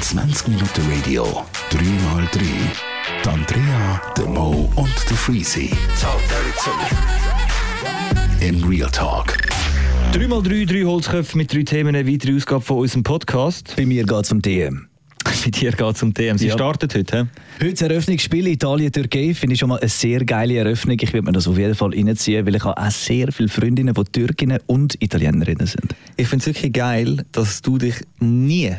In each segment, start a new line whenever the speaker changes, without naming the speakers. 20 Minuten Radio, 3x3. Die Andrea, der Mo und der Freezy. In Real Talk.
3x3, 3 Holzköpfe mit drei Themen, eine weitere Ausgabe von unserem Podcast.
Bei mir geht es um DM.
Bei dir geht es um TM. Sie
Ja.
startet heute. hä?
Heute das Eröffnungsspiel Italien-Türkei. Finde ich schon mal eine sehr geile Eröffnung. Ich würde mir das auf jeden Fall reinziehen, weil ich habe auch sehr viele Freundinnen, die Türkinnen und Italienerinnen sind.
Ich finde es wirklich geil, dass du dich nie,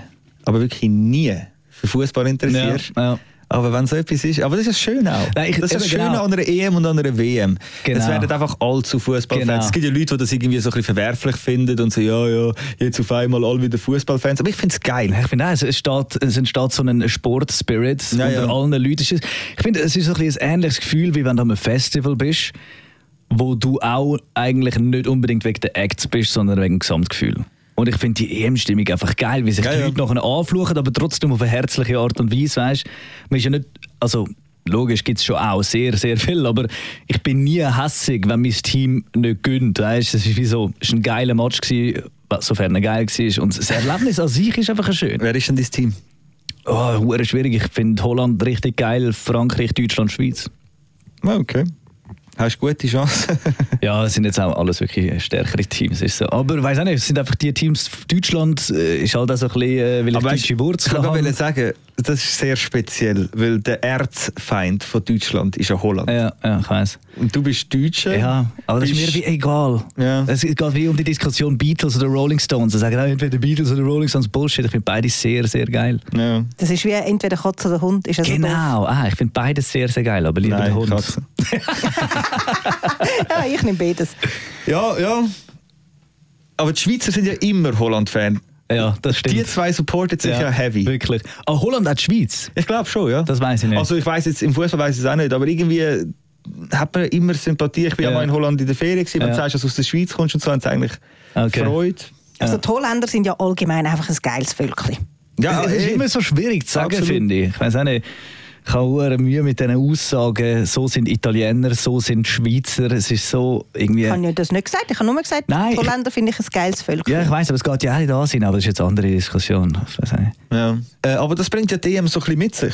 aber wirklich nie für Fußball interessierst.
Ja, ja.
Aber wenn so etwas ist, aber das ist ja schön auch.
Nein, ich-
das ist das
eben
Schöne
genau.
an einer EM und an einer WM.
Genau.
Es werden einfach alle zu Fußballfans.
Genau.
Es gibt ja Leute, die das irgendwie so ein bisschen verwerflich finden und so, ja, ja, jetzt auf einmal alle wieder Fußballfans. Aber ich finde es geil.
Ich finde, auch, es entsteht, es entsteht so ein Sportspirit
Ja,
unter
ja.
allen Leuten. Es ist- Ich finde, es ist so ein, bisschen ein ähnliches Gefühl, wie wenn du am Festival bist, wo du auch eigentlich nicht unbedingt wegen der Acts bist, sondern wegen dem Gesamtgefühl. Und ich finde die EM-Stimmung einfach geil, wie sich
Ja,
die
ja.
Leute nachher anfluchen, aber trotzdem auf eine herzliche Art und Weise, weißt Man ist ja nicht, also logisch gibt es schon auch sehr, sehr viel, aber ich bin nie hässig, wenn mein Team nicht gönnt, weißt Es ist wie so, es war ein geiler Match, gewesen, sofern er geil war. Und das Erlebnis an sich ist einfach schön.
Wer ist denn dein Team?
Oh, hure schwierig. Ich finde Holland richtig geil, Frankreich, Deutschland, Schweiz.
Ah, Okay. Hast gute Chancen.
Ja, es sind jetzt auch alles wirklich stärkere Teams. Ist so. Aber weiß auch nicht, es sind einfach die Teams. Deutschland äh, ist halt auch so ein bisschen, äh, weil ich
Aber
deutsche Wurzeln
Ich kann
habe.
gerade sagen, das ist sehr speziell, weil der Erzfeind von Deutschland ist ja Holland.
Ja, ja, ich weiß.
Und du bist Deutscher.
Äh, Ja, aber das ist mir
bist-
wie egal.
Ja.
Es geht wie um die Diskussion Beatles oder Rolling Stones. Sie sagen auch entweder Beatles oder Rolling Stones Bullshit. Ich finde beide sehr, sehr geil.
Ja.
Das ist wie entweder Katz oder Hund. Ist also doof.
Genau, ah, ich finde beides sehr, sehr geil, aber lieber
Nein,
den Hund.
Katze.
Ja, ich nehme beides.
Ja, ja. Aber die Schweizer sind ja immer Holland-Fan.
Ja, das stimmt.
Die zwei supporten sich ja, heavy.
Wirklich. Ah, Holland hat die Schweiz.
Ich glaube schon, ja.
Das weiss ich nicht.
Also ich weiß jetzt, im Fußball weiß ich es auch nicht, aber irgendwie hat man immer Sympathie. Ich bin ja
Ja.
mal in Holland in der Ferien, gewesen. wenn
Ja.
du sagst, dass du aus der Schweiz kommst und so, haben sie eigentlich
Okay.
Freude.
Also die Holländer sind ja allgemein einfach ein geiles Völkchen.
Ja,
es ist
eh.
immer so schwierig zu sagen,
Absolut.
finde ich. Ich weiß auch nicht. Ich habe hure Mühe mit diesen Aussagen, so sind Italiener, so sind Schweizer. Es ist so irgendwie.
Ich habe ja das nicht gesagt. Ich habe nur gesagt,
Nein,
die
ich-
Holländer finde ich ein geiles Völkchen.
Ja, ich weiß, aber es geht ja auch nicht da sein, aber das ist jetzt eine andere Diskussion. Ich weiss auch nicht.
Ja. Äh, aber das bringt ja die EM so ein bisschen mit sich.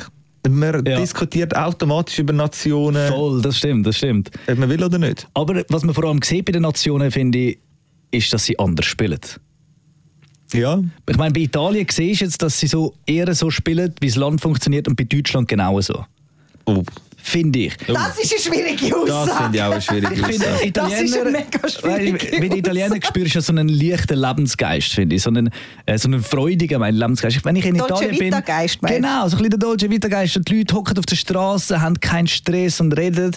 Man
Ja.
diskutiert automatisch über Nationen,
Voll, das stimmt, das stimmt.
ob man will oder nicht.
Aber was man vor allem sieht bei den Nationen, finde ich, ist, dass sie anders spielen.
Ja.
Ich meine, bei Italien siehst du jetzt, dass sie so eher so spielen, wie das Land funktioniert und bei Deutschland genauso.
Oh.
Finde ich.
Das ist eine schwierige Aussage.
Das finde ich auch eine schwierige
Ich finde,
Aussage.
Italiener,
Das ist eine mega schwierige
Weil, Bei den Italienern
Aussage.
spürst du ja so einen leichten Lebensgeist, finde ich. So einen, äh, so einen freudigen mein Lebensgeist. Ich- Wenn ich in
Dolce
Italien bin.
Vita Geist, meinst du?
Genau, so ein bisschen der Dolce Vita Geist. Und Die Leute hocken auf der Straße, haben keinen Stress und reden.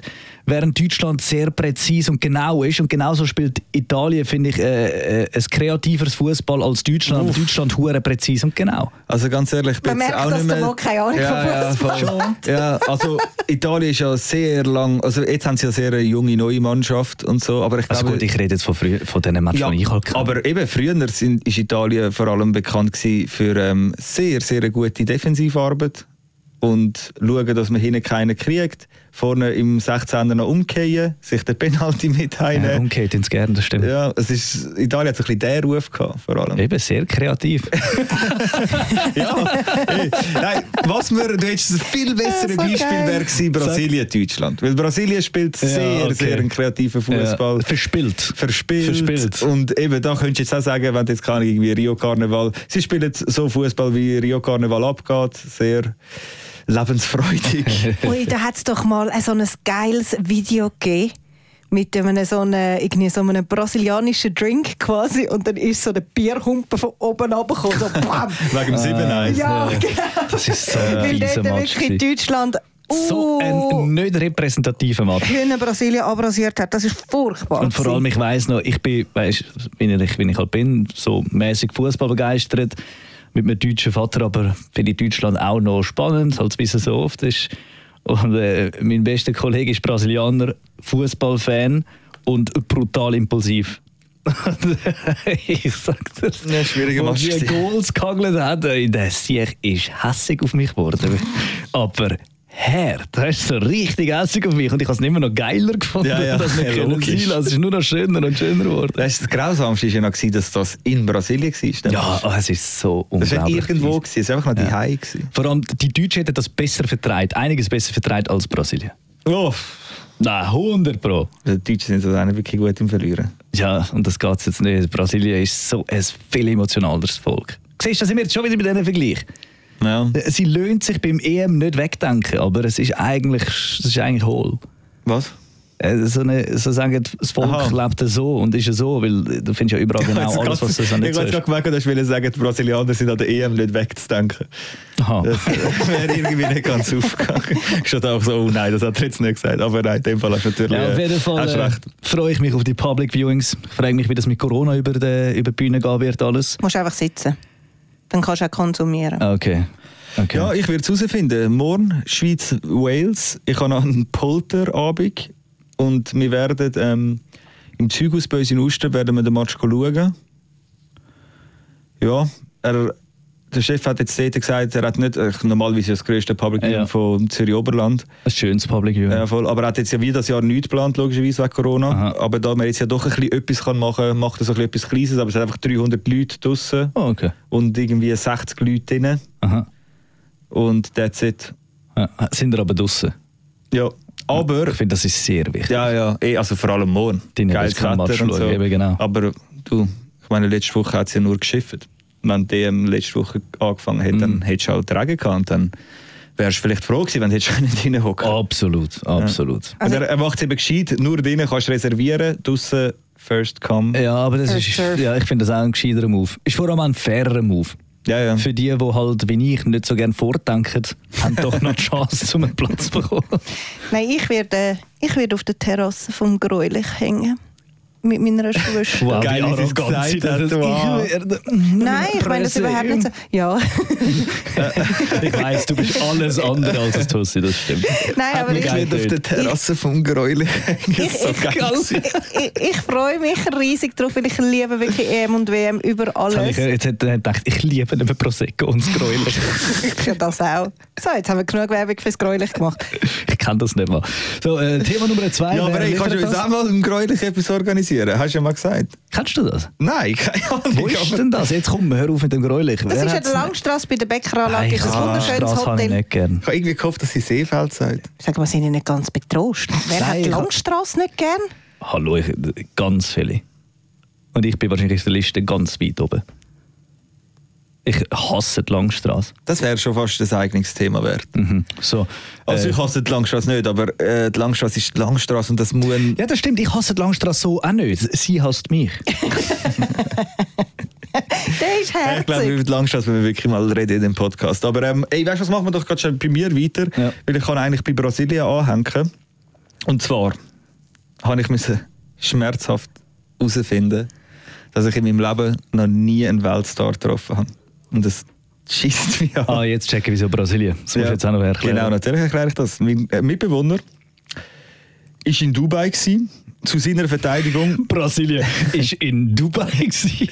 Während Deutschland sehr präzise und genau ist. Und genauso spielt Italien, finde ich, äh, äh, ein kreativeres Fußball als Deutschland. Aber Deutschland hure präzise und genau.
Also ganz ehrlich, ich bin
Man
jetzt
merkt,
auch
dass
nicht mehr...
der Mo keine Ahnung
ja,
vom
ja, voll. ja, also Italien ist ja sehr lang... Also jetzt haben sie ja sehr eine junge, neue Mannschaft und so, aber ich
Also
glaube...
gut, ich rede jetzt von, früher, von diesen Matchen,
ja,
die ich halt kenne.
aber eben früher sind, ist Italien vor allem bekannt gewesen für ähm, sehr, sehr eine gute Defensivarbeit und schauen, dass man hinten keinen kriegt, vorne im 16er noch umkehren, sich den Penalty mit
ja,
einnehmen.
umgekehrt ins Gern, das stimmt.
Ja, es ist, Italien hat so ein bisschen den Ruf gehabt, vor allem.
Eben, sehr kreativ.
Ja, Hey, nein, was wir, du hättest ein viel besseres
so
Beispiel
geil.
wäre gewesen, Brasilien, Deutschland. Weil Brasilien spielt sehr,
okay.
sehr einen kreativen Fußball.
Ja, verspielt.
Verspielt.
Verspielt.
Und eben, da könntest du jetzt auch sagen, wenn du jetzt keine Ahnung, irgendwie Rio Karneval. Sie spielen so Fußball, wie Rio Karneval abgeht. Sehr lebensfreudig.
Ui, da hat es doch mal ein so ein geiles Video gegeben mit einem so einem, irgendwie so einem brasilianischen Drink quasi und dann ist so der Bierhumpen von oben runtergekommen, so bam.
Wegen dem
Ah.
7-1.
ja,
Ja.
genau.
Das ist so ein
Weil
fieser
dort
Match.
wirklich in
gewesen.
Deutschland
So ein
uh,
nicht repräsentativer Match.
Hühner Brasilien abrasiert hat. Das ist furchtbar.
Und vor allem, ich weiss noch, ich bin, weißt, bin ich, wenn ich halt bin, so mäßig Fußball begeistert mit meinem deutschen Vater, aber finde ich Deutschland auch noch spannend, halt wie es so oft ist. Und äh, mein bester Kollege ist Brasilianer, Fußballfan und brutal impulsiv. Und, äh, ich sag dir,
Ja, schwieriger
wo
Match
die
gewesen.
Goals gehangelt hat, ey, der Sieg ist hässig auf mich geworden. aber hart. Das ist so richtig essig auf mich und ich habe es immer noch geiler gefunden.
Ja, ja,
dass wir
ja,
können
logisch.
sein lassen. Es ist nur noch schöner und schöner geworden.
Das, ist das Grausamste war ja noch, gewesen, dass das in Brasilien war.
Ja, oh, es ist so
Das war
unglaublich.
nicht irgendwo,
gewesen.
gewesen, es war einfach noch die Hause. gewesen.
Vor allem die Deutschen hätten das besser vertreibt, einiges besser vertreibt als Brasilien.
Uff.
Nein, 100 Pro.
Oh, Die Deutschen sind so auch nicht wirklich gut im Verlieren.
Ja, und das geht jetzt nicht. Brasilien ist so ein viel emotionaleres Volk. Siehst du, da sind wir jetzt schon wieder bei diesem Vergleich.
Ja.
Sie löhnt sich beim EM nicht wegdenken, aber es ist eigentlich, es ist eigentlich hohl.
Was?
Äh, So, eine, so sagen, das Volk
Aha.
lebt so und ist so, weil du findest ja überall genau
Also
alles,
ganz-
was du so nicht
Ich wollte
sagst.
gerade merken, dass ich will sagen, die Brasilianer sind an der EM nicht wegzudenken.
Aha.
Das wäre irgendwie nicht ganz aufgegangen. Ich dachte auch so, oh nein, das hat er jetzt nicht gesagt. Aber nein, in dem Fall hast du natürlich
Ja, auf
äh,
jeden Fall
hast
äh,
recht.
freue ich mich auf die Public Viewings. Ich frage mich, wie das mit Corona über die, über die Bühne gehen wird alles. Ah,
Du musst einfach sitzen. Dann kannst du auch konsumieren.
Okay. okay.
Ja, ich werde es herausfinden. Morgen Schweiz-Wales. Ich habe noch einen Polterabend. Und wir werden ähm, im Zeugus bei uns in Uster werden wir den Match schauen. Ja, er, der Chef hat jetzt dort gesagt, er hat nicht, äh, normalerweise ist das grösste Public Viewing
Ja.
von Zürich-Oberland.
Ein schönes Public Viewing.
Ja, Äh, voll. Aber er hat jetzt ja wie das Jahr nichts geplant, logischerweise wegen Corona.
Aha.
Aber da man jetzt ja doch ein bisschen etwas kann machen kann, macht er so ein bisschen etwas Kleines. Aber es sind einfach 300 Leute draussen
Oh, okay.
und irgendwie 60 Leute drinnen.
Aha.
Und that's it.
Ja, sind wir aber draußen.
Ja. Aber,
Ich finde, das ist sehr wichtig.
ja, ja, eh, also vor allem morgen.
Dann willst du keinen Match schauen, eben genau.
Aber du, ich meine, letzte Woche hat es ja nur geschifft. Wenn die ähm, letzte Woche angefangen hat,
Mhm.
dann hättest du halt Regen gehabt. Und dann wärst du vielleicht froh gewesen, wenn du hättest nicht reinhocken
Absolut, absolut.
Und er, er macht es eben gescheit, nur drinnen kannst du reservieren, draussen first come.
Ja, aber das
First
ist,
serve.
ja, ich finde das auch ein gescheiterer Move. Ist vor allem auch ein fairer Move.
Ja, ja.
Für die, die halt wie ich nicht so gerne vordenken, haben doch noch die Chance, um einen Platz zu bekommen.
Nein, ich werde, äh, ich werde auf der Terrasse vom Gräulich hängen. Mit meiner Schwester.
Wow. Geil, wie sie es
Arroganz,
gesagt hat,
dass ich
wow.
werde-
Nein, ich meine das überhaupt nicht so. Ja,
Ich weiss, du bist alles andere als ein Tussi, das stimmt.
nein, aber
mir
ich,
geil.
Nicht auf der Terrasse vom Gräulich hängen.
Ich-
so
ich-
geil. gewesen.
ich, ich freue mich riesig drauf, weil ich liebe wirklich EM und WM über
Jetzt habe ich,
alles.
jetzt hat er gedacht, ich liebe nicht mehr Prosecco und das Gräulich.
Ich das auch. So, jetzt haben wir genug Werbung fürs Gräulich gemacht.
Ich kann das nicht mal. So, äh, Thema Nummer zwei.
Ja, aber
wer
ey, kannst du
liefert
uns
das?
auch mal im Gräulich etwas organisieren? Hast du ja mal gesagt.
Kannst du das?
Nein, keine Ahnung.
Wo ist
aber-
denn das? Jetzt komm, hör auf mit dem Gräulich.
Das ist ja der Langstrasse bei der Bäckeranlage. Das ist ein wunderschönes
Das habe ich
Hotel.
nicht gern.
Ich habe irgendwie gehofft, dass sie Seefeld sagt.
Sag mal, sind ihr nicht ganz betrost? Wer
Nein,
hat die
ich-
Langstrasse nicht gern?
Hallo, ich, ganz viele. Und ich bin wahrscheinlich auf der Liste ganz weit oben. Ich hasse die Langstrasse.
Das wäre schon fast ein eigenes Thema wert.
Mhm. So,
Also
äh,
ich hasse die Langstrasse nicht, aber äh, die Langstrasse ist die Langstrasse und das muss...
ja, das stimmt. Ich hasse die Langstrasse so auch nicht. Sie hasst mich.
Der ist
Ja, Ich glaube,
herzig.
über die Langstrasse müssen wir wirklich mal reden in dem Podcast. Aber ähm, ey, weißt du, was machen wir doch gerade schon bei mir weiter?
Ja.
Weil ich kann eigentlich bei Brasilien anhängen. Und zwar habe ich müssen schmerzhaft herausfinden, dass ich in meinem Leben noch nie einen Weltstar getroffen habe. Und das schießt mich an.
Ah, jetzt checke ich, wieso Brasilien. Das muss ich jetzt auch noch erklären.
Genau, natürlich erkläre ich das. Mein äh, Mitbewohner war in Dubai. Gewesen. Zu seiner Verteidigung
Brasilien ist in Dubai. gewesen.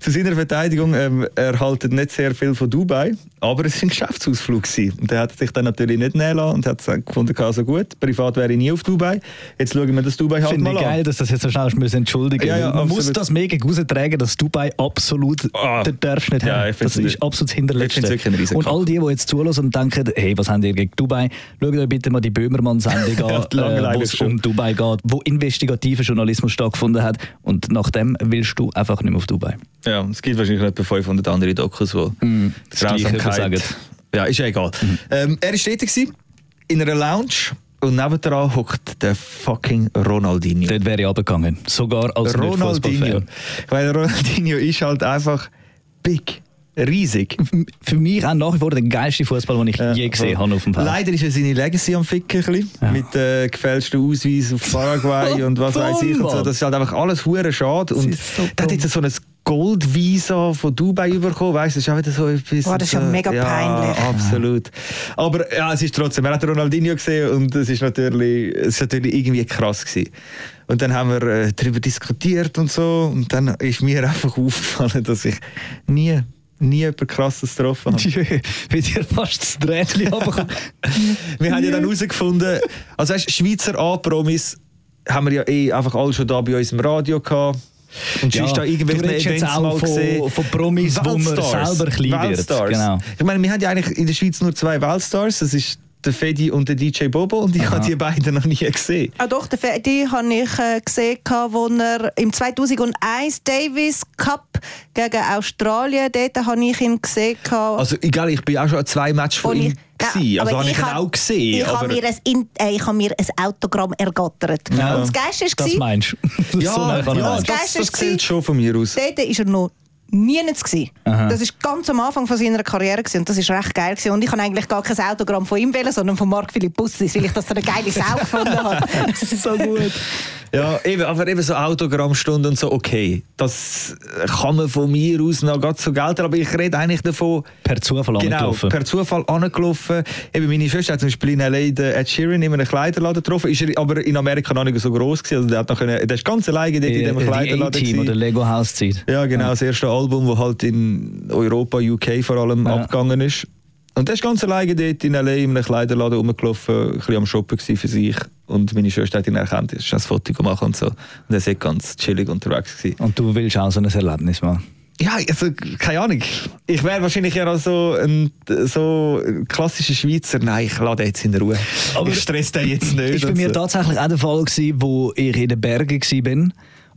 Zu seiner Verteidigung, ähm, er haltet nicht sehr viel von Dubai, aber es war ein Geschäftsausflug. gewesen. Und er hat sich dann natürlich nicht nehmen lassen und hat es gefunden, so also gut, privat wäre ich nie auf Dubai. Jetzt schauen wir das Dubai
Ich
halt
finde
mal
ich geil,
an.
dass das jetzt so schnell müssen entschuldigen.
Ja, ja,
Man muss
absolut.
das mega raustragen, dass Dubai absolut
Ah.
der darfst nicht
Ja,
haben.
ich find's
das ist
nicht.
absolut das
Ich find's
hinterletzte.
wirklich ein riesen
Und
Kack.
all die, die jetzt zuhören und denken, hey, was haben die gegen Dubai? Schaut euch bitte mal die Böhmermann-Sendung
Ja,
an,
die lange
äh,
Leine
wo
ist
es
schon.
um Dubai geht, wo investigativer Journalismus stattgefunden hat. Und nach dem willst du einfach nicht mehr auf Dubai.
Ja, es gibt wahrscheinlich nicht bei 500 andere Dokus, die
Hm, das Gleiche sagen. Hm.
Ja, ist ja egal. Ähm, er war tätig gewesen, in einer Lounge und nebendran hockt der fucking Ronaldinho.
Dort wäre ich abgegangen. Sogar als
Ronaldinho.
Nicht-Fußballfan.
Weil Ronaldinho ist halt einfach big, riesig.
F- Für mich auch nach wie vor der geilste Fußball, den ich
Ja,
je gesehen
voll.
habe auf dem Feld.
äh, Leider ist ja seine Legacy am Ficken. ein bisschen.
Ja. Oh,
Mit äh, gefälschten Ausweis auf Paraguay und was weiß ich. Und so.
Mann.
Das ist halt einfach alles hure schade. Und
ist so
der hat
dumm.
jetzt so ein Gold-Visa von Dubai bekommen. Weißt du, das ist auch wieder so etwas.
Boah, das ist ja
so-
mega peinlich.
Absolut. Aber ja, es ist trotzdem. Man hat Ronaldinho gesehen und es ist natürlich, es ist natürlich irgendwie krass. Gewesen. Und dann haben wir äh, darüber diskutiert und so. Und dann ist mir einfach aufgefallen, dass ich nie, nie jemand krasses getroffen habe.
Bei dir fast das Tränchen runterkommt.
Wir haben ja dann herausgefunden, also weißt, Schweizer A-Promis haben wir ja eh einfach alle schon da bei uns im Radio gehabt. Und sonst da irgendwelche
du redest
Events
jetzt auch
mal
von,
gesehen.
von Promis, wo man
Weltstars.
selber klein wird.
Weltstars.
Genau.
Ich meine, wir haben ja eigentlich in der Schweiz nur zwei Weltstars. Das ist der Fedi und der DJ Bobo. Und ich habe die beiden noch nie gesehen.
Ah doch, den Fedi habe ich äh, gesehen, wo er im 2001 Davis Cup gegen Australien, dort habe ich ihn gesehen.
Also egal, ich bin auch schon an zwei Matches von
Und
ihm
ich-
gewesen.
Ja,
Also
aber
habe ich ihn
hab-
auch gesehen.
Ich habe
aber-
mir, ein In- äh, ich hab mir ein Autogramm ergattert.
Ja.
Und das Geilste war,
Genau. Das meinst du?
ja,
so nah kann er
ja,
sein.
Das
das,
Geilste
das
war-
zählt schon von mir aus.
dort war er noch nirgends. gewesen.
Aha.
Das war ganz am Anfang von seiner Karriere gewesen und das war recht geil. Gewesen. Und ich habe eigentlich gar kein Autogramm von ihm, wollen, sondern von Marc Philipp Bussis, weil ich das so eine geile Sau gefunden habe.
so gut.
Ja, eben, aber eben so Autogrammstunden und so, okay, das kann man von mir aus noch ganz so gelten, aber ich rede eigentlich davon,
Per Zufall
genau,
angetroffen.
per Zufall angelaufen. Eben meine Schwester hat zum Beispiel in L.A. den Ed Sheeran in einem Kleiderladen getroffen, ist er aber in Amerika noch nicht so gross gewesen, also der, hat noch können, der ist ganz alleine dort in
Die-
dem
Äh, die
Kleiderladen
A-Team oder
gewesen.
Lego House Zeit.
Ja, genau, das erste Album, das halt in Europa, UK vor allem
Ja.
abgegangen ist. Und der ist ganz alleine dort in L.A. in einem Kleiderladen rumgelaufen, ein bisschen am Shoppen gewesen für sich. Und meine Schwester hat ihn erkannt, ist ein Foto gemacht und so. Und er war ganz chillig unterwegs. Gewesen.
Und du willst auch so ein Erlebnis machen.
Ja, also, keine Ahnung. Ich wäre wahrscheinlich ja noch so ein so ein klassischer Schweizer. Nein, ich lasse den jetzt in Ruhe.
Aber
ich stress den jetzt nicht.
Das war bei
und
mir
so.
tatsächlich auch der Fall, gewesen, wo ich in den Bergen war,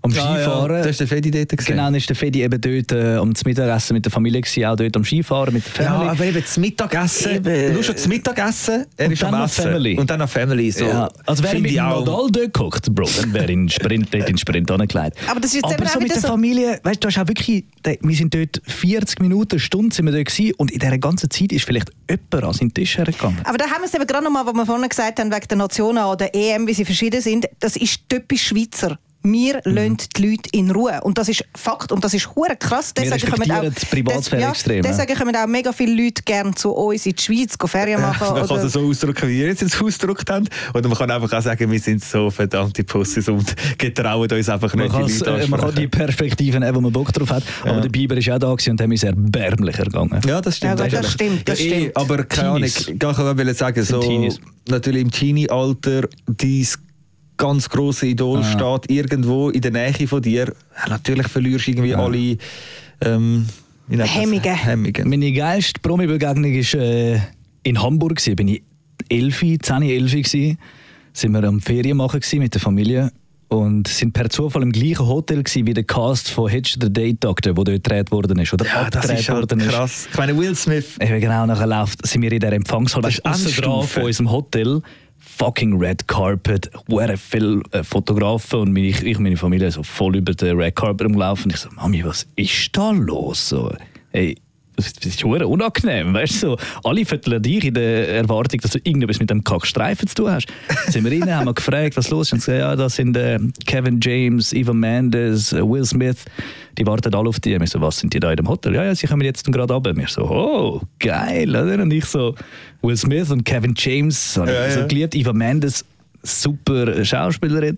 am
Ah, ja.
Skifahren.
Du hast den Fedi dort gesehen.
Genau, dann war der Fedi eben dort äh, am Mittagessen mit der Familie, gewesen, auch dort am Skifahren mit der
Ja,
Family.
aber eben zum Mittagessen.
Eben.
Nur schon zum Mittagessen. Er
Und
ist
dann
am
noch
Essen.
Family.
Und dann noch Family. So.
Ja, also wäre
Finde
ich mit
ich
dem
auch.
Nadal dort gehockt, Bro, dann wäre ich in den Sprint, dort in den Sprint angelegt.
Aber das ist jetzt
Aber
eben
so
auch
mit
wieder
der
so-
Familie, weißt du, du hast auch wirklich, de- wir sind dort 40 Minuten, eine Stunde sind wir dort gewesen, und in dieser ganzen Zeit ist vielleicht jemand an seinen Tisch hergegangen.
Aber da haben wir es eben gerade nochmal, was wir vorhin gesagt haben, wegen der Nationen oder EM, wie sie verschieden sind. Das ist typisch Schweizer. Wir
Mhm.
lassen die Leute in Ruhe. Und das ist Fakt und das ist hure krass.
Wir respektieren die Privatsphäre
des-
extrem, ja.
Deswegen kommen auch mega viele Leute gerne zu uns in die Schweiz, gehen Ferien
Ja,
machen.
man kann
oder
es so ausdrücken, wie ihr jetzt es ausgedrückt habt. Oder man kann einfach auch sagen, wir sind so verdammte Pussys und getrauen uns einfach
Man,
nicht, die
kann's,
Leute
äh, man kann die
anzusprechen.
Perspektiven haben, wo man Bock drauf hat. Aber der Biber ist auch da gewesen und dem ist erbärmlich ergangen.
Ja, das
Ja,
stimmt.
aber das
natürlich.
stimmt, das
ja, eh,
stimmt.
Aber keine Ahnung,
Teenies.
ich kann auch sagen, so,
Teenies.
natürlich im Teenie-Alter, dein ganz grosse
Ah.
Idol steht irgendwo in der Nähe von dir. Ja, natürlich verlierst du irgendwie alle ähm, wie nennt man das?
Hemmungen.
Hemmungen.
Meine geilste Promi-Begegnung war äh, in Hamburg. Gewesen. Bin ich 11, 10, 11 gewesen. Sind wir am Ferien machen gewesen mit der Familie und sind per Zufall im gleichen Hotel gewesen wie der Cast von Hitch the Date Doctor, wo dort gedreht worden ist oder
Ja, das
abgedreht
ist halt
worden ist.
krass. Ich meine, Will Smith
Eben genau nachher läuft, sind wir in der Empfangshalle
Das ist
aussen
Endstufe.
dran von unserem Hotel. Fucking Red Carpet, hure viel äh, Fotografen und meine, ich, ich und meine Familie so voll über den Red Carpet rumlaufen. Ich so, Mami, was ist da los? So, hey, das ist, das ist hure unangenehm, weißt du? So, alle fütteln dich in der Erwartung, dass du irgendetwas mit dem Kackstreifen zu tun hast. Dann Sind wir rein, haben wir gefragt, was los ist. Und sie gesagt, ja, das sind äh, Kevin James, Evan Mendes, äh, Will Smith. Die warten alle auf dich. Wir so, was sind die da in dem Hotel? Ja, ja, sie kommen jetzt gerade runter. Wir so, oh, geil, oder? Und ich so, Will Smith und Kevin James, so,
Ja,
so
ja.
geliebt. Evan Mendes, super Schauspielerin.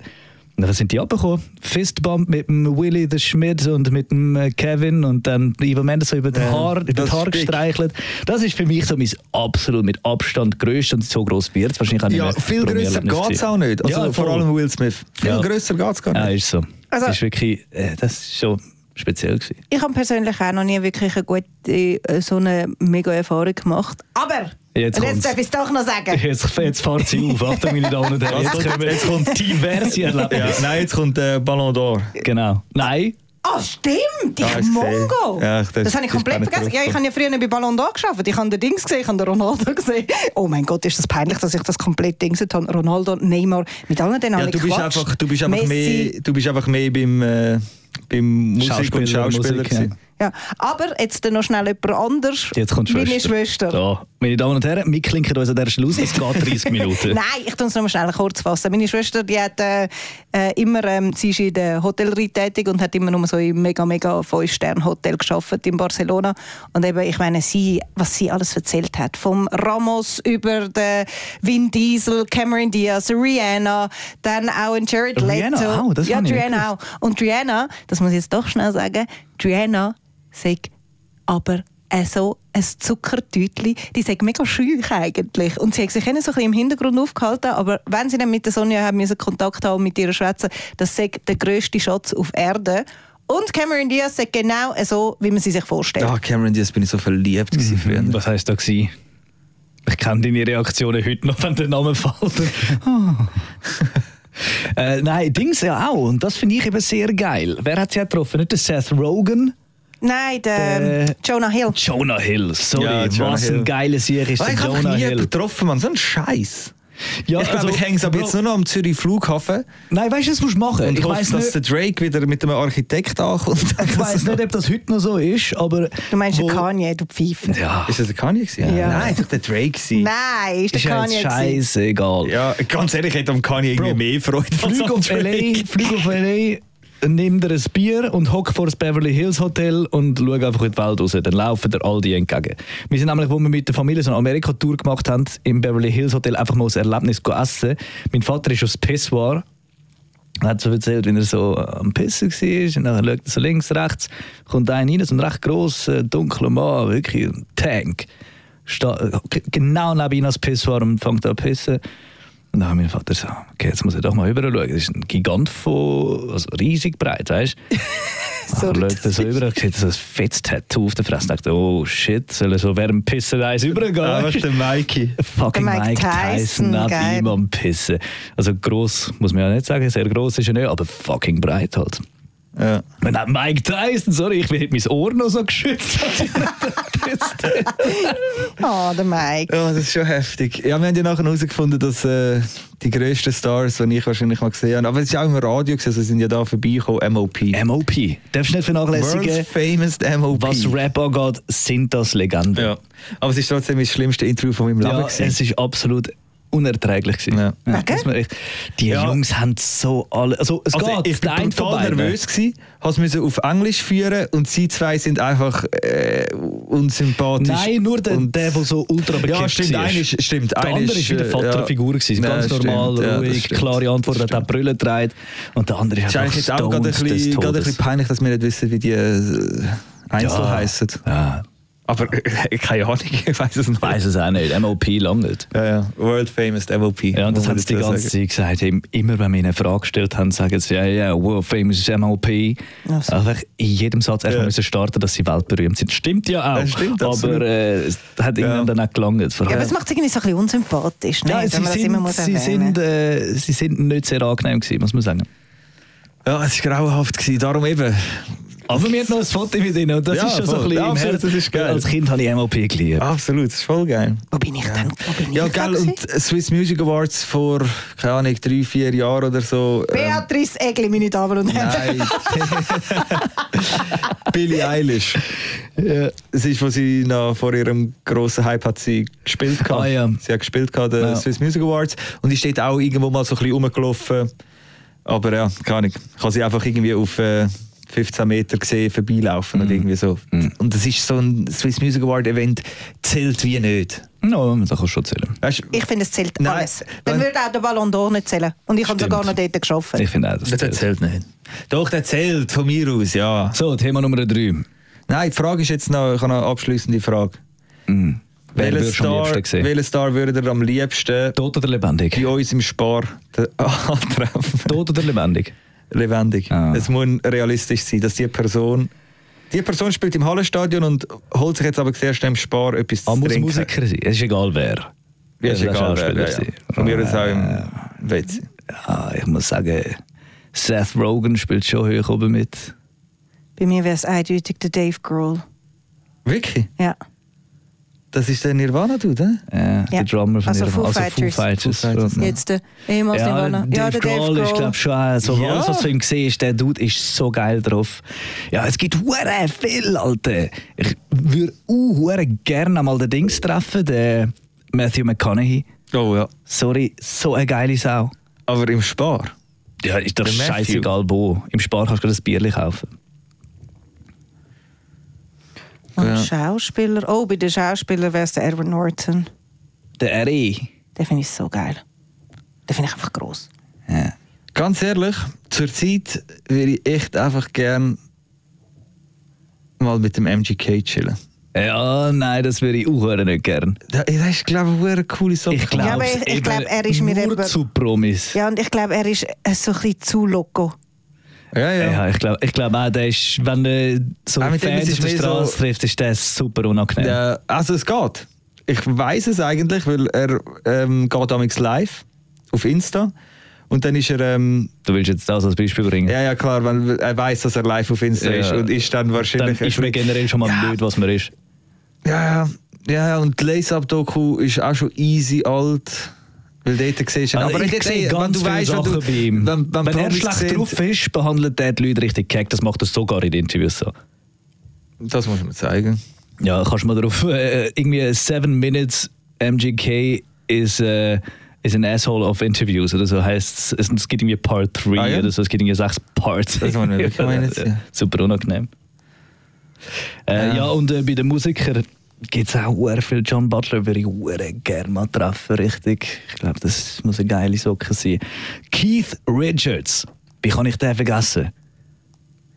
Und dann sind die abgekommen. Fistbump mit dem Willy the Schmidt und mit dem äh, Kevin und dann Ivan Mendes so über den
Ja,
Haar, über
Ähm, das
das Haar
ist dick.
gestreichelt. Das ist für mich so mein absolut mit Abstand grösstes und so gross wird es wahrscheinlich auch nicht
Ja,
mehr
viel
Premierlebnis
grösser geht es
gewesen.
auch nicht. Also
Ja,
vor
voll.
allem Will Smith. Viel
Ja.
grösser geht es gar nicht.
Ja, ist so.
Also-
das ist wirklich, äh, das ist schon speziell gewesen.
Ich habe persönlich auch noch nie wirklich eine gute, äh, so eine mega Erfahrung gemacht. Aber,
Jetzt
und
kommt's.
jetzt darf ich es doch noch sagen.
Jetzt, jetzt fährt sie auf, Achtung meine Damen und Herren, jetzt kommen jetzt kommt diverse
Ja,
Erlebnisse.
nein, jetzt kommt äh, Ballon d'Or.
Genau. Nein,
Ah, stimmt! Ich
Ja,
ja,
ich
Mongo!
sehe. Ja, ich- das-
das, habe ich
das bin
komplett
ich
vergessen.
drauf
Ja, ich habe ja früher bei Ballon d'Or gearbeitet. Ich habe den Dings gesehen, ich habe den Ronaldo gesehen. Oh mein Gott, ist das peinlich, dass ich das komplett Dings habe. Ronaldo, Neymar, mit allen denen
Ja,
habe ich
du, bist
gequatscht.
einfach, du, bist einfach
Messi.
mehr, du bist einfach mehr beim, äh, beim Musik
Schauspieler,
und Schauspieler.
Musik,
gewesen.
ja.
Ja. Aber jetzt dann noch schnell jemand anders.
jetzt kommt Schwester.
Meine Schwester.
So, meine Damen und Herren, wir klinken uns an dieser Stelle aus, es geht 30 Minuten.
Nein, ich tue es nochmal schnell kurz fassen. Meine Schwester, die hat äh, äh, immer, ähm, sie ist in der Hotellerie tätig und hat immer nur so im mega, mega 5-Sterne-Hotel geschafft in Barcelona. Und eben, ich meine, sie, was sie alles erzählt hat, vom Ramos über den Vin Diesel, Cameron Diaz, Rihanna, dann auch ein Jared
Rihanna
Leto.
auch, das
ja,
habe ich nicht
Rihanna auch. Und Rihanna, das muss ich jetzt doch schnell sagen, Rihanna sagt aber äh, so ein Zuckertütli. Die sind mega schüch eigentlich. Und sie hat sich eher so ein bisschen im Hintergrund aufgehalten, aber wenn sie dann mit der Sonja haben müssen Kontakt haben und mit ihrer schwätzen, das sei der grösste Schatz auf Erde. Und Cameron Diaz sagt genau so, wie man sie sich vorstellt.
Ah, Cameron Diaz bin ich so verliebt gewesen früher. Ah,
Was heisst da gewesen? Ich kenne deine Reaktionen heute noch, wenn der Name fällt. Ah. äh, nein, Dings ja auch. Und das finde ich eben sehr geil. Wer hat sie getroffen? Nicht der Seth Rogen?
Nein, der ähm,
Der-
Jonah Hill.
Jonah Hill. Sorry,
Ja, Jonah
was ein
Hill.
geiler Sieg ist
Ah,
der
ich habe
Jonah
nie
Hill.
jemanden getroffen, man. So ein Scheiß.
Ja,
ich glaube,
also,
ich hänge es aber
Bro-
jetzt nur noch am Zürich Flughafen
Nein, weißt du, das musst du machen.
und
ich
hoffe,
weiss
dass
nicht,
der Drake wieder mit einem Architekt ankommt.
ich weiss nicht, ob das heute noch so ist, aber.
Du meinst
wo-
den Kanye, du Pfeife.
Ja,
Ist das der Kanye gewesen?
Ja.
Nein, ist doch der Drake gewesen.
Nein, ist der
ist ja
Kanye.
jetzt
gewesen.
scheißegal.
Ja, ganz ehrlich, ich hätte am Kanye irgendwie
Bro,
mehr Freude
Flug
am
auf LA,
Drake.
Flug auf LA, nimm dir ein Bier und hock vor das Beverly Hills Hotel und schau einfach in die Welt raus. Dann laufen dir all die entgegen. Wir sind nämlich, wo wir mit der Familie so eine Amerika-Tour gemacht haben, im Beverly Hills Hotel einfach mal das Erlebnis go essen. Mein Vater ist aufs Pissoir er hat so erzählt, wie er so am Pissen war. Und dann schaut er so links, rechts. Kommt einer rein, so ein recht grosser, dunkler Mann, wirklich ein Tank. Sta g- genau neben ihm als Pissoir und fängt an zu pissen. Und dann hat mein Vater so, okay, jetzt muss ich doch mal rüber schauen. Das ist ein Gigant von, also riesig breit, weißt du.
Sorry,
Dann schaut er so rüber und sieht so ein fettes Tattoo auf der Fresse. Und denkt, oh shit, soll er so während dem Pissen eins übergehen?
Ah, was ist der Mikey?
Fucking
Der
Mike,
Mike
Tyson,
Tyson,
hat
geil.
ihm am Pissen. Also gross muss man ja nicht sagen, sehr gross ist er nicht, aber fucking breit halt.
Ja.
Und dann Mike Tyson, sorry, ich hätte mein Ohr noch so geschützt. als ich nicht gepisst hätte.
Oh, der Mike.
Ja, das ist schon heftig. Ja, wir haben ja nachher herausgefunden, dass äh, die grössten Stars, die ich wahrscheinlich mal gesehen habe, aber es ist auch im Radio, gewesen, also sind ja da vorbeigekommen, MOP.
MOP, darfst du nicht vernachlässigen,
World's famous MOP.
was Rap angeht, sind das Legenden.
ja. Aber es ist trotzdem das schlimmste Interview von meinem Leben.
Ja,
gewesen.
es ist absolut unerträglich gewesen.
Ja.
Okay.
muss man echt- die
Ja.
Jungs haben so alle, also es
Also,
geht,
ich
der
war
eine von
total
beiden.
nervös, gewesen, hab's müssen auf Englisch führen und sie zwei sind einfach äh, unsympathisch.
Nein, nur der,
Und-
der, der so ultra bekannt
Ja, stimmt,
war.
einer ist- stimmt,
Der
einer
andere
ist,
war wieder
äh,
Vaterfigur,
ja.
gewesen,
Nein,
ganz
stimmt,
normal,
ja, das
ruhig,
stimmt.
klare Antworten,
Das
hat auch
stimmt.
Brüllen getragen. Und der andere
Es
ist
ist
einfach
eigentlich jetzt auch gerade ein,
stoned des
bisschen, gerade ein
Todes.
bisschen peinlich, dass wir nicht wissen, wie die äh, einzeln
Ja.
heissen.
Ja,
Aber äh, keine Ahnung, ich weiß es noch.
ich weiss es auch nicht, MOP lang nicht.
Ja, ja. World famous MOP.
Ja, und
muss
das haben
man
sie die
dazu
ganze
sagen.
Zeit gesagt. Im- Immer wenn wir ihnen eine Frage gestellt haben, sagen sie, ja, ja, world famous ist MLP.
Ach so.
Einfach in jedem Satz erstmal
Ja.
müssen starten, dass sie weltberühmt sind. Stimmt ja auch.
Das stimmt, absolut.
aber äh, es hat irgendwann dann auch gelangt.
Ja, aber es macht es irgendwie so ein bisschen unsympathisch, ne?
Äh, Nein,
wenn
sie,
man das
sind,
immer muss
sie,
erwähnen.
sind, äh, sie sind nicht sehr angenehm gewesen, muss man sagen.
Ja, es war grauenhaft, gewesen, darum eben.
Aber wir hatten noch ein Foto mit ihnen und das
Ja,
ist schon so
voll.
ein bisschen
Ja,
im
absolut,
Herzen.
das ist geil. Ah.
Als Kind habe ich MLP geliebt.
Absolut, das ist voll geil.
wo bin ich dann? Wo bin
Ja,
ich dann
geil. Und
ähm,
gewesen?
Swiss Music Awards vor, keine Ahnung, drei, vier Jahren oder so. ähm,
Beatrice Egli, meine Damen und Herren.
Nein. Billie Eilish. Es ist, wo sie noch vor ihrem grossen Hype hat sie gespielt gehabt.
Ah, ja.
Sie hat gespielt gehabt, den
Ja.
Swiss Music Awards. Und ist dort auch irgendwo mal so ein bisschen rumgelaufen. Aber ja, keine Ahnung. Ich habe sie einfach irgendwie auf äh, 15 Meter gesehen, vorbeilaufen oder irgendwie so. Und das ist so ein Swiss Music Award Event, zählt wie nicht.
No, das kannst du schon zählen.
Weißt,
Ich finde, es zählt
Nein,
alles. Dann
wenn-
würde auch der Ballon d'Or nicht zählen. Und ich habe
äh, Stimmt.
sogar noch dort gearbeitet.
Ich finde auch, das
der
zählt.
zählt nicht. Doch, der zählt von mir aus, ja.
So, Thema Nummer drei.
Nein, die Frage ist jetzt noch, ich habe noch eine abschliessende Frage.
Wer
Welchen
würdest du am
Star,
liebsten sehen?
welchen Star würdet ihr am liebsten
Tot oder lebendig?
bei uns im Spar te- antreffen?
Tot oder lebendig?
Lebendig.
Ah.
Es muss realistisch sein, dass die Person. Die Person spielt im Hallenstadion und holt sich jetzt aber zuerst im Spar etwas
Ah,
zu
muss
trinken.
Musiker sein. Es ist egal wer.
Ja, ist
Also,
egal, wer,
Schauspieler
ja, ja.
sein.
Von mir aus auch im
Ah.
Wetz.
Ja, ich muss sagen, Seth Rogen spielt schon hoch oben mit.
Bei mir wäre es eindeutig der Dave Grohl.
Wirklich?
Ja.
Das ist der Nirvana, du, ne? oder?
Äh, Der Drummer von
Also
Nirvana.
Foo
also
Fighters.
Foo Fighters.
Foo Fighters,
Ja.
Jetzt der ehemals
Ja,
Nirvana.
Dave,
Ja, der Dave
Grohl ist glaube
Grohl.
ich schon auch so,
Ja.
alles was du von ihm siehst, der Dude ist so geil drauf. Ja, es gibt hure viel, Alter. Ich würde uh, hure gerne mal den Dings treffen, den Matthew McConaughey.
Oh ja.
Sorry, so eine geile Sau.
Aber im Spar?
Ja, ist doch
Der Matthew.
scheißegal wo. Im Spar kannst du gerade ein Bierli kaufen.
Und
Ja.
Schauspieler. Oh, bei den Schauspielern wäre es der Edward Norton.
Der E. R.E.
Den finde ich so geil. Den finde ich einfach gross.
Ja.
Ganz ehrlich, zur Zeit würde ich echt einfach gern mal mit dem MGK chillen.
Ja, nein, das würde ich auch nicht gern.
Das ist, glaube ich, eine coole Sache.
Ich
Ja,
glaube,
aber ich- ich glaub, er ist mir
nur
eben-
zu Promis.
Ja, und ich glaube, er ist äh, so ein bisschen zu loco.
Ja,
Ja.
ja.
ich glaube ich glaub auch, der ist, wenn er so
Auch mit dem
Fans
ist es
auf der
mehr
Straße
so-
trifft, ist der super unangenehm.
Ja, also es geht. Ich weiß es eigentlich, weil er ähm, geht damals live auf Insta und dann ist er ähm,
Du willst jetzt das als Beispiel bringen.
ja ja klar, weil er weiß, dass er live auf Insta
Ja.
ist und ist dann
Dann
wahrscheinlich
ist man generell schon mal
ja,
blöd, was man ist.
Ja ja ja und die Lace-Up-Doku ist auch schon easy alt, weil dort siehst du.
Also
aber
ich
dort
sehe
eh,
ganz
wenn du
viele
weißt, wenn
Sachen
du
bei ihm.
wenn, wenn,
er
Promis
schlecht
sehen-
drauf ist, behandelt er die Leute richtig keck. Das macht er sogar in Interviews so.
das muss man zeigen.
Ja, kannst du mal darauf. Äh, irgendwie Seven Minutes MGK is, äh, is an asshole of interviews oder so heißt es. Es gibt irgendwie Part 3
Ah, ja?
oder so. Es gibt irgendwie sechs Parts.
Das muss man wirklich mal reinziehen.
Super unangenehm. Äh, ja.
Ja.
und äh, bei den Musikern gibt es auch sehr viel. John Butler würde ich sehr gerne mal treffen, richtig. Ich glaube, das muss eine geile Socke sein. Keith Richards. Wie kann ich den vergessen?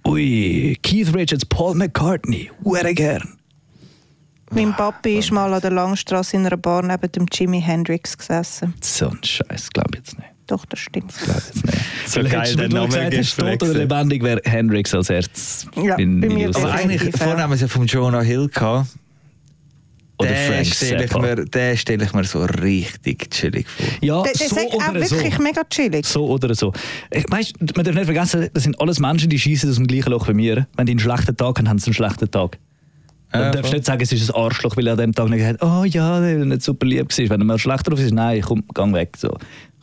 Ui, Keith Richards, Paul McCartney. Sehr gern.
Mein Papi ist mal an der Langstrasse in einer Bar neben dem Jimi Hendrix gesessen.
So ein Scheiß, glaube jetzt nicht.
Doch, das stimmt.
Glaub jetzt nicht.
So
Weil
geil,
hättest du
der
mir
Name
gesagt,
gibt
hast, tot
Flexe.
oder lebendig wäre Hendrix als Herz.
Ja, bei mir
Aber
Definitiv,
eigentlich
ja.
vorne haben wir es ja von Jonah Hill gehabt.
Oder
Den
Frank
stelle ich
Zappa.
mir- Den stelle ich mir so richtig chillig vor.
Ja,
Der, der
so
sagt auch
oder so.
wirklich mega chillig.
So oder so. Ich, weißt, man darf nicht vergessen, das sind alles Menschen, die schießen aus dem gleichen Loch wie mir. Wenn die einen schlechten Tag haben, haben sie einen schlechten Tag. Dann
Ja,
darfst du
voll.
nicht sagen, es ist ein Arschloch, weil er an dem Tag nicht gesagt hat, oh ja, der war nicht super lieb. Gewesen. Wenn er mal schlecht drauf ist, nein, komm, gang weg. So.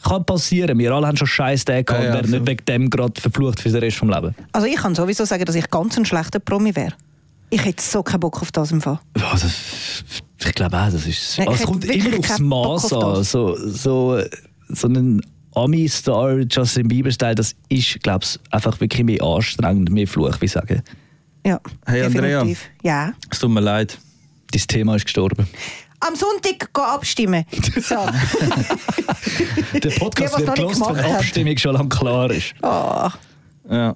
Kann passieren, wir alle haben schon scheiß Tage gehabt
Ja,
und
ja,
werden nicht
voll.
wegen dem gerade verflucht für den Rest vom Lebens.
Also ich kann sowieso sagen, dass ich ganz ein schlechter Promi wäre. Ich hätte so keinen Bock auf das im Fall.
Ja, das, Also, ich glaube auch, das ist.
Nein,
also
ich
es kommt
hätte wirklich
immer aufs
keinen
Maß
Bock auf
an.
das.
So, so, so ein Ami-Star, Justin Bieber-Style, das ist, glaube ich, einfach wirklich mehr anstrengend, mehr Fluch, wie ich sage.
Ja,
Hey, Andrea.
definitiv. Ja.
Es tut mir leid.
Dein Thema ist gestorben.
Am Sonntag gehen abstimmen. So.
Der Podcast
Die, die
wird gelost,
es noch nicht
wenn
gemacht
die
haben.
Abstimmung schon lange klar ist.
Ah,
Ja.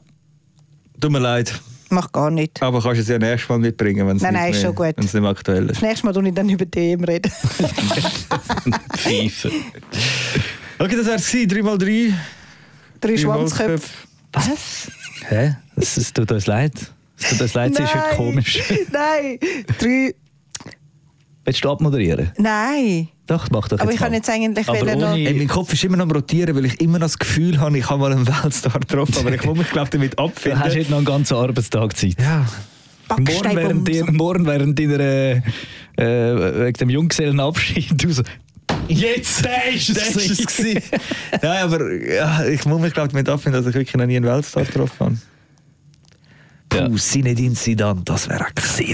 Tut mir leid.
mach gar nicht.
Aber kannst du es ja nächstes Mal mitbringen, wenn es
Nein,
nicht,
nein, ist
mehr-
schon gut.
wenn es nicht mehr aktuell
Das
ist.
nächste Mal rede ich dann über DM reden.
Pfeife.
Okay, das wär's gewesen. 3x3.
Drei Schwanzköpfe. Was?
Hä? Es, es tut uns leid. Es tut uns leid, es ist heute komisch.
Nein. Drei.
Willst du abmoderieren?
Nein.
Doch, mach doch
Aber
jetzt
ich kann
mal.
jetzt eigentlich
Aber
wollen noch-
ohne-
Ey, mein Kopf ist immer noch am Rotieren, weil ich immer noch das Gefühl habe, ich habe mal einen Weltstar getroffen, aber ich muss mich, glaube ich, damit
Du hast
abfinden.
heute noch einen ganzen Arbeitstag Zeit.
Ja.
Morgen während, dir,
Backsteinbomben.
morgen während deiner, äh, äh, wegen dem Junggesellenabschied, du so, jetzt, der ist es,
Das ist es.
gewesen.
gewesen. Nein, aber ja, ich muss mich, glaube ich, damit abfinden, dass ich wirklich noch nie einen Weltstar getroffen habe.
Ja.
Puh, Sinedin Sidan, das wäre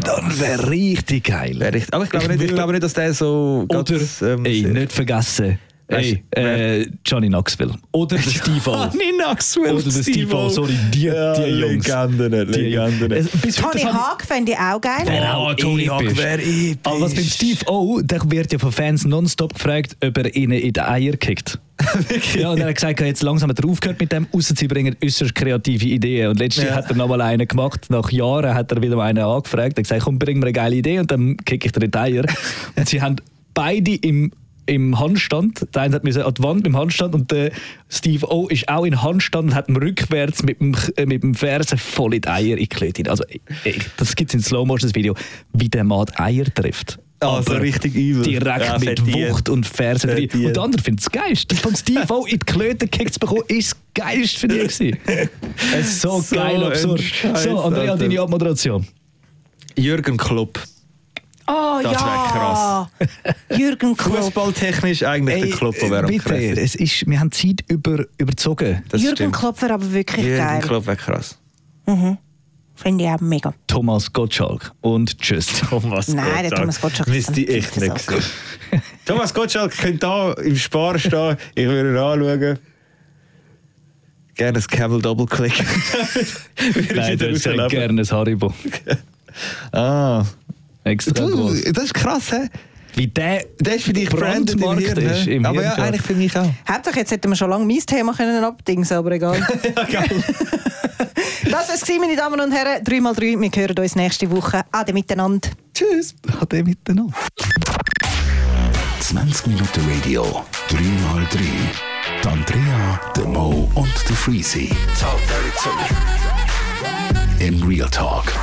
Dann wäre richtig geil.
Wäre ich, aber ich glaube
Ich
nicht, ich
will-
glaube nicht, dass der so.
Oder,
ganz, ähm,
ey, nicht vergessen,
Weißt
ey,
du,
äh, Johnny Knoxville. Oder der Steve O.
Johnny Knoxville.
Oder der Steve O, sorry, die,
Ja,
die Jungs.
Legenden,
Die Eh, Jungs.
Legenden.
Es- bis heute
Tony
habe ich-
Haag fände ich auch geil.
Wäre auch
Oh, Tony Hawk
episch.
wäre episch.
Aber was beim Steve O, der wird ja von Fans nonstop gefragt, ob er ihnen in die Eier kickt. ja, und er hat gesagt, er hat jetzt langsam hat er aufgehört mit dem, außer sie bringen äußerst kreative Ideen. Und letztes
Ja.
Jahr hat er nochmal einen gemacht, nach Jahren hat er wieder mal einen angefragt, er hat gesagt, komm, bring mir eine geile Idee und dann kicke ich dir in die Eier. und sie haben beide im im Handstand, der eine hat müssen an die Wand im Handstand und der Steve O ist auch in Handstand und hat ihm rückwärts mit dem, K- äh, mit dem Fersen voll in die Eier geklebt. Also ey, das gibt es in Slow Motion das Video, wie der Mann die Eier trifft.
Also
Aber
richtig übel.
Direkt
Ja,
mit
fettiert.
Wucht und Fersen. drin.
Fettiert.
Und der andere findet es geilst. Vom Steve O in die Klöte gekickt zu bekommen, ist das geilst für dich gewesen. Es ist so,
So
geil
ein
absurd.
Scheiß,
so, Andrea,
Alter.
deine Abmoderation.
Jürgen Klopp.
Oh
Das
ja. Jürgen Klopp.
Fußballtechnisch eigentlich der Klopp, der wäre am
bitte,
krassesten.
es ist, wir haben Zeit über, überzogen.
Das
Jürgen
stimmt.
Klopp wäre aber wirklich
Jürgen
geil.
Klopp wäre krass.
Finde ich auch mega.
Thomas Gottschalk und tschüss.
Thomas
Nein, der
Gottschalk.
Thomas Gottschalk ist
Müsste ich
ein
echt nicht
Fiefersack.
sehen. Thomas Gottschalk könnte da im Spar stehen. Ich würde ihn anschauen. Gerne ein Camel Double Click. Würde
Nein,
ich wieder
der sagt
rausleben.
gerne ein Haribo.
Ah.
Extra
Du,
groß.
das ist krass, hä?
Wie der,
Der ist für dich branded im
Brandmarkt
Hirn.
ist
hä?
im
Aber Nou,
Hirn
ja,
schon.
eigentlich für mich auch.
Hauptsache, jetzt hätten wir schon lange mein Thema können abdingsen aber egal. Das war es, meine Damen und Herren. 3x3. Wir hören uns nächste Woche. Ade miteinander.
Tschüss, ade miteinander.
20 Minuten Radio, 3x3. Die Andrea, der Mo und der Freezy. Im Real Talk.